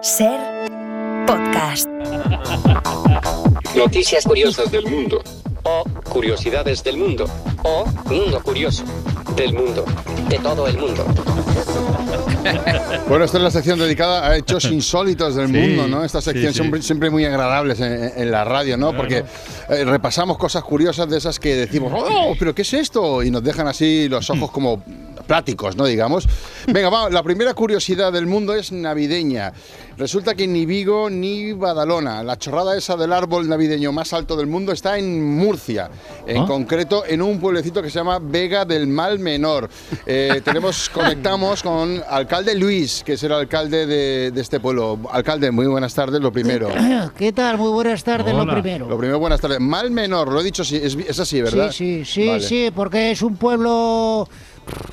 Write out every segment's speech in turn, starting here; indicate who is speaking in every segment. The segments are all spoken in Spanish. Speaker 1: Ser podcast.
Speaker 2: Noticias curiosas del mundo. O curiosidades del mundo. O mundo curioso del mundo. De todo el mundo.
Speaker 3: Bueno, esta es la sección dedicada a hechos insólitos del
Speaker 4: Sí,
Speaker 3: mundo, ¿no? Esta
Speaker 4: sí,
Speaker 3: sección
Speaker 4: sí.
Speaker 3: siempre, siempre muy agradables en, en la radio, ¿no? Porque eh, repasamos cosas curiosas de esas que decimos, ¡oh, pero qué es esto! Y nos dejan así los ojos como pláticos, ¿no? Digamos. Venga, vamos, la primera curiosidad del mundo es navideña. Resulta que ni Vigo ni Badalona, la chorrada esa del árbol navideño más alto del mundo está en Murcia, en
Speaker 4: ¿Ah?
Speaker 3: concreto en un pueblecito que se llama Vega del Mal Menor. Eh, tenemos, conectamos con alcalde Luis, que es el alcalde de, de este pueblo. Alcalde, muy buenas tardes, lo primero.
Speaker 5: ¿Qué tal? Muy buenas tardes,
Speaker 4: Hola.
Speaker 5: lo primero.
Speaker 3: Lo primero, buenas tardes. Mal Menor, lo he dicho, sí, es, es así, ¿verdad?
Speaker 5: Sí, sí, sí,
Speaker 3: Vale.
Speaker 5: sí, porque es un pueblo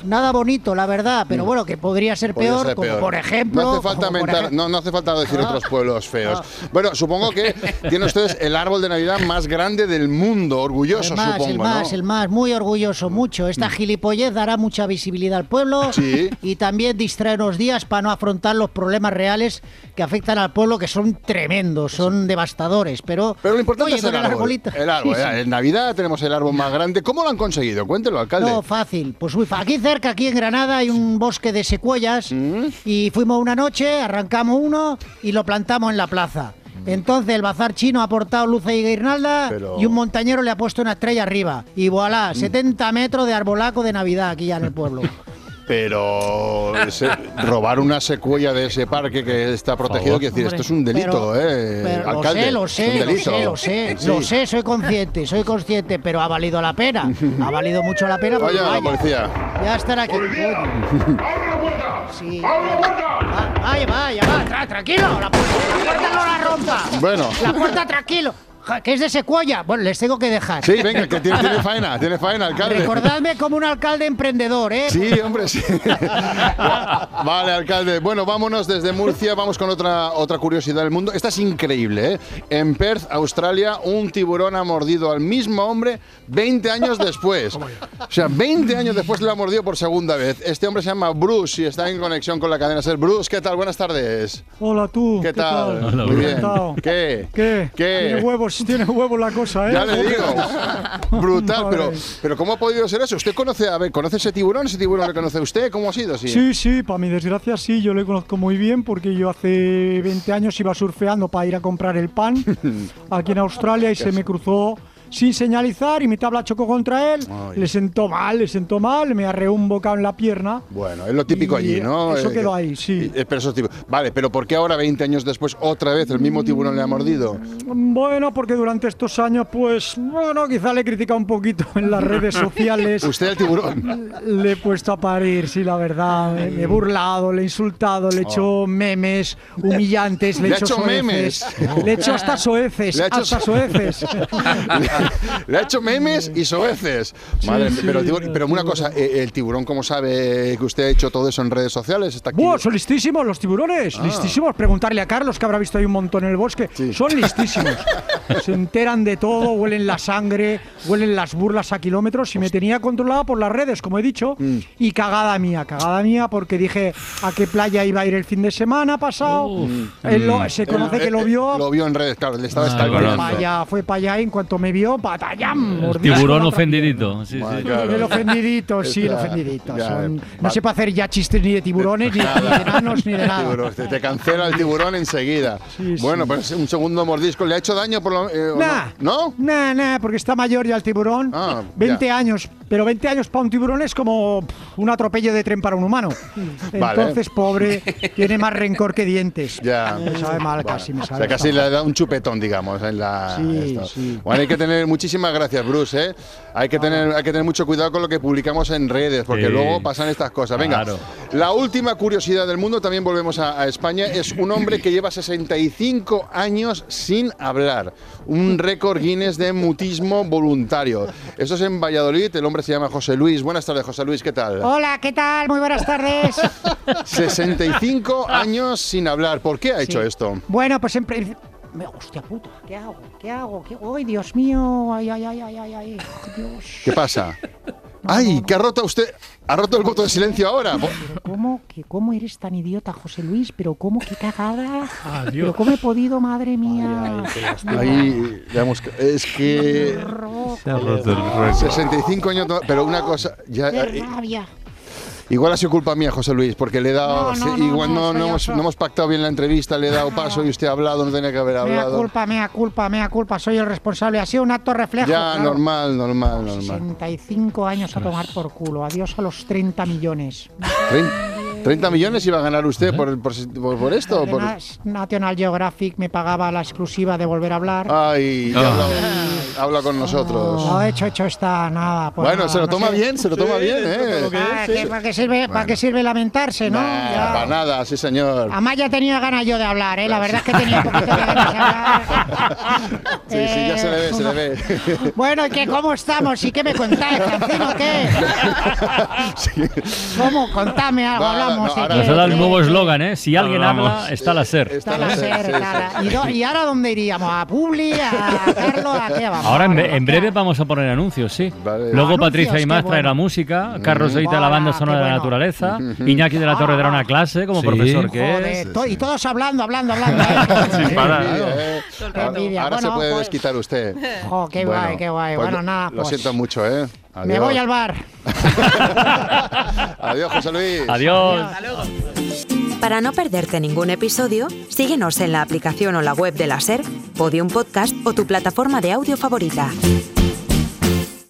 Speaker 5: nada bonito, la verdad, pero bueno, que podría ser
Speaker 3: Mm. Podría
Speaker 5: peor,
Speaker 3: ser
Speaker 5: como por ejemplo...
Speaker 3: No hace falta,
Speaker 5: como por
Speaker 3: mentar-
Speaker 5: ejem-
Speaker 3: no, no hace falta decir
Speaker 5: Ah.
Speaker 3: otros pueblos feos. Bueno, supongo que tienen ustedes el árbol de Navidad más grande del mundo, orgulloso,
Speaker 5: el más,
Speaker 3: supongo,
Speaker 5: el más,
Speaker 3: ¿no? Mm.
Speaker 5: el más, muy orgulloso, mucho. Esta gilipollez dará mucha visibilidad al pueblo
Speaker 3: Sí.
Speaker 5: y también distrae unos días para no afrontar los problemas reales que afectan al pueblo, que son tremendos, son devastadores, pero...
Speaker 3: Pero lo importante
Speaker 5: Oye,
Speaker 3: es
Speaker 5: con
Speaker 3: el árbol.
Speaker 5: arbolito-
Speaker 3: El árbol.
Speaker 5: Sí, sí.
Speaker 3: En Navidad tenemos el árbol más grande. ¿Cómo lo han conseguido? Cuéntelo, alcalde.
Speaker 5: No, fácil. Pues muy fa- Aquí cerca, aquí en Granada, hay un bosque de secuoyas
Speaker 3: Mm.
Speaker 5: y fuimos una noche, arrancamos uno y lo plantamos en la plaza. Entonces el bazar chino ha aportado luces y guirnalda
Speaker 3: Mm. Pero- Mm.
Speaker 5: y un montañero le ha puesto una estrella arriba. Y voilà, 70 metros de arbolaco de Navidad aquí ya en el pueblo.
Speaker 3: Pero ese- robar una secuoya de ese parque que está protegido,
Speaker 4: favor.
Speaker 3: quiero decir,
Speaker 5: Hombre,
Speaker 3: esto es un delito,
Speaker 5: pero-
Speaker 3: ¿eh?
Speaker 5: pero
Speaker 3: alcalde,
Speaker 5: Lo
Speaker 3: es un
Speaker 5: sé, lo
Speaker 3: delito.
Speaker 5: sé, lo sé, lo sé,
Speaker 3: Sí.
Speaker 5: lo sé, soy consciente, soy consciente, pero ha valido la pena. Ha valido mucho la pena. porque
Speaker 3: Vaya, la
Speaker 5: vaya,
Speaker 3: policía.
Speaker 5: Ya estará aquí. coño.
Speaker 6: ¡Abre la puerta!
Speaker 5: Sí.
Speaker 6: ¡Abre la puerta!
Speaker 5: Ah, Ahí va, ahí va, Tra- tranquilo, la puerta, la puerta no la rompa.
Speaker 3: Bueno.
Speaker 5: La puerta tranquilo. Ja, Que es de secuoya. Bueno, les tengo que dejar.
Speaker 3: Sí, venga, que tiene, tiene faena, tiene faena, alcalde.
Speaker 5: Recordadme como un alcalde emprendedor, ¿eh?
Speaker 3: Sí, hombre, sí. vale, alcalde. Bueno, vámonos desde Murcia, vamos con otra, otra curiosidad del mundo. Esta es increíble, ¿eh? En Perth, Australia, un tiburón ha mordido al mismo hombre 20 años después. O sea, 20 años después lo ha mordido por segunda vez. Este hombre se llama Bruce y está en conexión con la cadena Ser. Bruce, ¿qué tal? Buenas tardes.
Speaker 7: Hola tú.
Speaker 3: ¿Qué tal?
Speaker 4: Hola,
Speaker 3: Muy bien.
Speaker 7: Encantado.
Speaker 3: ¿Qué?
Speaker 7: ¿Qué? Tiene
Speaker 3: ¿Qué?
Speaker 7: huevos, tiene huevos la cosa, ¿eh?
Speaker 3: Ya le digo, brutal, pero,
Speaker 7: Madre.
Speaker 3: pero ¿cómo ha podido ser eso? ¿Usted conoce, a ver, conoce ese tiburón? ¿Ese tiburón lo conoce usted? ¿Cómo ha sido? Sí.
Speaker 7: Sí, sí, para mi desgracia sí, yo le conozco muy bien porque yo hace 20 años iba surfeando para ir a comprar el pan aquí en Australia y se me cruzó sin señalizar y mi tabla chocó contra él,
Speaker 3: Ay.
Speaker 7: le sentó mal, le sentó mal, me arreó un bocado en la pierna.
Speaker 3: Bueno, es lo típico
Speaker 7: Y
Speaker 3: allí, ¿no?
Speaker 7: eso
Speaker 3: Eh,
Speaker 7: quedó
Speaker 3: que-
Speaker 7: ahí, sí.
Speaker 3: y- eh, Pero eso es típico. Vale, pero ¿por qué ahora, 20 años después, otra vez el mismo tiburón le ha mordido?
Speaker 7: Bueno, porque durante estos años, pues, bueno, quizá le he criticado un poquito en las redes sociales.
Speaker 3: Usted el tiburón.
Speaker 7: Le he puesto a parir, sí, la verdad. Me, me he burlado, le he insultado, le he hecho memes humillantes. Le,
Speaker 3: Oh. Le
Speaker 7: he
Speaker 3: ha
Speaker 7: hecho,
Speaker 3: hecho
Speaker 7: soeces.
Speaker 3: memes.
Speaker 7: Le he hecho hasta soeces.
Speaker 3: Le ha hecho
Speaker 7: hasta
Speaker 3: so-
Speaker 7: soeces.
Speaker 3: le, le ha hecho memes y soeces. Madre,
Speaker 7: sí,
Speaker 3: pero, el tiburón-
Speaker 7: el
Speaker 3: pero una
Speaker 7: tiburón.
Speaker 3: cosa, eh, ¿el tiburón cómo sabe que usted ha hecho todo eso en redes sociales? Está aquí.
Speaker 7: ¡Buah! Son listísimos los tiburones. Listísimos. Preguntarle a Carlos, que habrá visto ahí un montón en el bosque.
Speaker 3: Ah. Sí.
Speaker 7: Son listísimos. Se enteran de todo, huelen la sangre, huelen las burlas a kilómetros. Y me tenía controlada por las redes, como he dicho.
Speaker 3: Mm.
Speaker 7: Y cagada mía, cagada mía, porque dije a qué playa iba a ir el fin de semana pasado. Él lo- se conoce
Speaker 3: Eh,
Speaker 7: que
Speaker 3: eh,
Speaker 7: lo vio.
Speaker 3: Lo vio en redes, claro, le estaba
Speaker 4: Ah,
Speaker 3: stalkeando.
Speaker 4: Fernando.
Speaker 7: Fue para allá, fue para allá y en cuanto me vio, patallán,
Speaker 4: El
Speaker 7: mordido.
Speaker 4: tiburón ofendidito. Sí,
Speaker 3: Madre,
Speaker 4: sí.
Speaker 3: claro.
Speaker 7: El ofendidito,
Speaker 3: Es
Speaker 7: sí, el
Speaker 3: la-
Speaker 7: ofendidito.
Speaker 3: ya, eh,
Speaker 7: son-
Speaker 3: va-
Speaker 7: no se puede hacer ya chistes ni de tiburones, ni de ni de enanos, ni de nada.
Speaker 3: Tiburón, te, te cancela el tiburón enseguida.
Speaker 7: Sí, sí.
Speaker 3: bueno, pues un segundo mordisco. ¿Le ha hecho daño por lo eh, o no?
Speaker 7: Nah.
Speaker 3: ¿No?
Speaker 7: Nah, nah, porque está mayor ya el tiburón.
Speaker 3: Ah,
Speaker 7: 20
Speaker 3: ya.
Speaker 7: años. Pero 20 años para un tiburón es como pff, un atropello de tren para un humano.
Speaker 3: Vale.
Speaker 7: Entonces, pobre, tiene más rencor que dientes.
Speaker 3: Ya.
Speaker 7: Me sabe mal
Speaker 3: Bueno,
Speaker 7: casi, me
Speaker 3: o
Speaker 7: sabe
Speaker 3: sea, casi
Speaker 7: fatal.
Speaker 3: le da un chupetón, digamos, en la.
Speaker 7: Sí,
Speaker 3: esto.
Speaker 7: sí.
Speaker 3: Bueno, hay que tener muchísimas gracias, Bruce. ¿eh? Hay que tener, hay que tener mucho cuidado con lo que publicamos en redes, porque
Speaker 4: Sí.
Speaker 3: luego pasan estas cosas. Venga,
Speaker 4: Claro.
Speaker 3: la última curiosidad del mundo. También volvemos a, a España. Es un hombre que lleva 65 años sin hablar. Un récord Guinness de mutismo voluntario. Esto es en Valladolid. El hombre se llama José Luis. Buenas tardes, José Luis. ¿Qué tal?
Speaker 5: Hola, ¿qué tal? Muy buenas tardes.
Speaker 3: 65 años sin hablar. ¿Por qué ha hecho
Speaker 5: Sí.
Speaker 3: esto?
Speaker 7: Bueno, pues en prin-
Speaker 5: Me- Hostia puta, ¿qué hago? ¿Qué hago? ¿Qué... ¡Ay, Dios mío! ¡Ay, ay, ay, ay, ay! ay. Dios.
Speaker 3: ¿Qué pasa? ¡Ay! Que ha roto usted. Ha roto el voto de silencio ahora. Po-
Speaker 5: Pero cómo, que cómo eres tan idiota, José Luis, pero cómo, qué cagada.
Speaker 4: Adiós.
Speaker 5: Pero cómo he podido, madre mía.
Speaker 4: Ay, ay, qué lástima.
Speaker 3: Ahí, digamos, que- es que.
Speaker 4: Se ha roto el récord.
Speaker 3: 65 años. to- Pero una cosa. Ya,
Speaker 5: Qué
Speaker 3: eh,
Speaker 5: rabia.
Speaker 3: Igual ha sido culpa mía, José Luis, porque le he dado.
Speaker 5: No, no,
Speaker 3: sí,
Speaker 5: no,
Speaker 3: igual no,
Speaker 5: no, soy
Speaker 3: no hemos,
Speaker 5: otro.
Speaker 3: no hemos pactado bien la entrevista, le he dado paso y usted ha hablado, no tenía que haber
Speaker 5: Mea
Speaker 3: hablado.
Speaker 5: culpa, mea culpa, mea culpa. Soy el responsable. Ha sido un acto reflejo.
Speaker 3: Ya,
Speaker 5: claro.
Speaker 3: normal, normal, normal.
Speaker 5: 65 años a tomar por culo. Adiós a los 30 millones.
Speaker 3: Trein- 30 millones iba a ganar usted por, por- por- por esto. o por-
Speaker 5: Además, National Geographic me pagaba la exclusiva de volver a hablar.
Speaker 3: Ay, ya
Speaker 4: Ah.
Speaker 3: habla, habla con nosotros.
Speaker 5: No, hecho, hecho está, nada. pues
Speaker 3: Bueno,
Speaker 5: Oh, nada,
Speaker 3: se lo
Speaker 5: no
Speaker 3: toma
Speaker 5: sé.
Speaker 3: bien, se lo toma bien, ¿eh?
Speaker 5: Ah, ¿qué- ¿Para qué sirve, para qué sirve lamentarse, no?
Speaker 3: Nah,
Speaker 5: Ya.
Speaker 3: para nada, sí señor.
Speaker 5: Amaya tenía ganas yo de hablar, ¿eh? La verdad es que tenía un poquito de ganas de hablar. Eh,
Speaker 3: Sí, sí, ya se le ve, se le ve.
Speaker 5: Bueno, ¿y qué, cómo estamos? ¿Y qué me contáis, Francino, qué?
Speaker 3: Sí.
Speaker 5: ¿Cómo? Contame algo,
Speaker 3: No, no,
Speaker 5: hablamos.
Speaker 3: no,
Speaker 5: ¿eh?
Speaker 3: ahora-
Speaker 8: Nos
Speaker 5: ¿Qué-
Speaker 8: ha dado el
Speaker 5: qué-
Speaker 8: nuevo
Speaker 5: qué-
Speaker 8: eslogan, ¿eh? Si alguien
Speaker 4: Hablamos.
Speaker 8: habla, está la SER.
Speaker 3: Está
Speaker 5: Está la
Speaker 3: la
Speaker 5: ser,
Speaker 3: ser, sí,
Speaker 5: está la-
Speaker 3: sí,
Speaker 5: ¿Y, do- y ahora dónde iríamos? ¿A Publi? ¿A Carlos? ¿A qué vamos?
Speaker 8: Ahora en, bre-
Speaker 5: Vamos.
Speaker 8: en breve vamos a poner anuncios, sí.
Speaker 3: Vale. Mm.
Speaker 8: Luego
Speaker 5: Anuncios,
Speaker 8: Patricia y más
Speaker 5: qué
Speaker 8: trae la
Speaker 5: bueno.
Speaker 8: música, Carlos Oita la
Speaker 5: Hola,
Speaker 8: banda sonora
Speaker 5: qué
Speaker 8: de la
Speaker 5: bueno.
Speaker 8: naturaleza,
Speaker 3: Mm-hmm.
Speaker 8: Iñaki de la Torre dará una clase como
Speaker 4: Sí.
Speaker 8: profesor que
Speaker 5: Joder,
Speaker 8: es.
Speaker 5: to- y todos hablando, hablando, hablando. ¿eh?
Speaker 4: Sin parar.
Speaker 3: Envidia, ¿eh?
Speaker 5: Envidia.
Speaker 3: Ahora, ahora se
Speaker 5: Bueno,
Speaker 3: puede
Speaker 5: pues-
Speaker 3: desquitar usted.
Speaker 5: Jo, qué
Speaker 3: Bueno,
Speaker 5: guay, qué guay.
Speaker 3: pues
Speaker 5: bueno,
Speaker 3: lo-
Speaker 5: nada,
Speaker 3: Lo
Speaker 5: pues,
Speaker 3: siento mucho, ¿eh? Adiós.
Speaker 5: Me voy al bar.
Speaker 3: Adiós, José Luis.
Speaker 8: Adiós.
Speaker 1: Para no perderte ningún episodio, síguenos en la aplicación o la web de la SER, Podium Podcast o tu plataforma de audio favorita.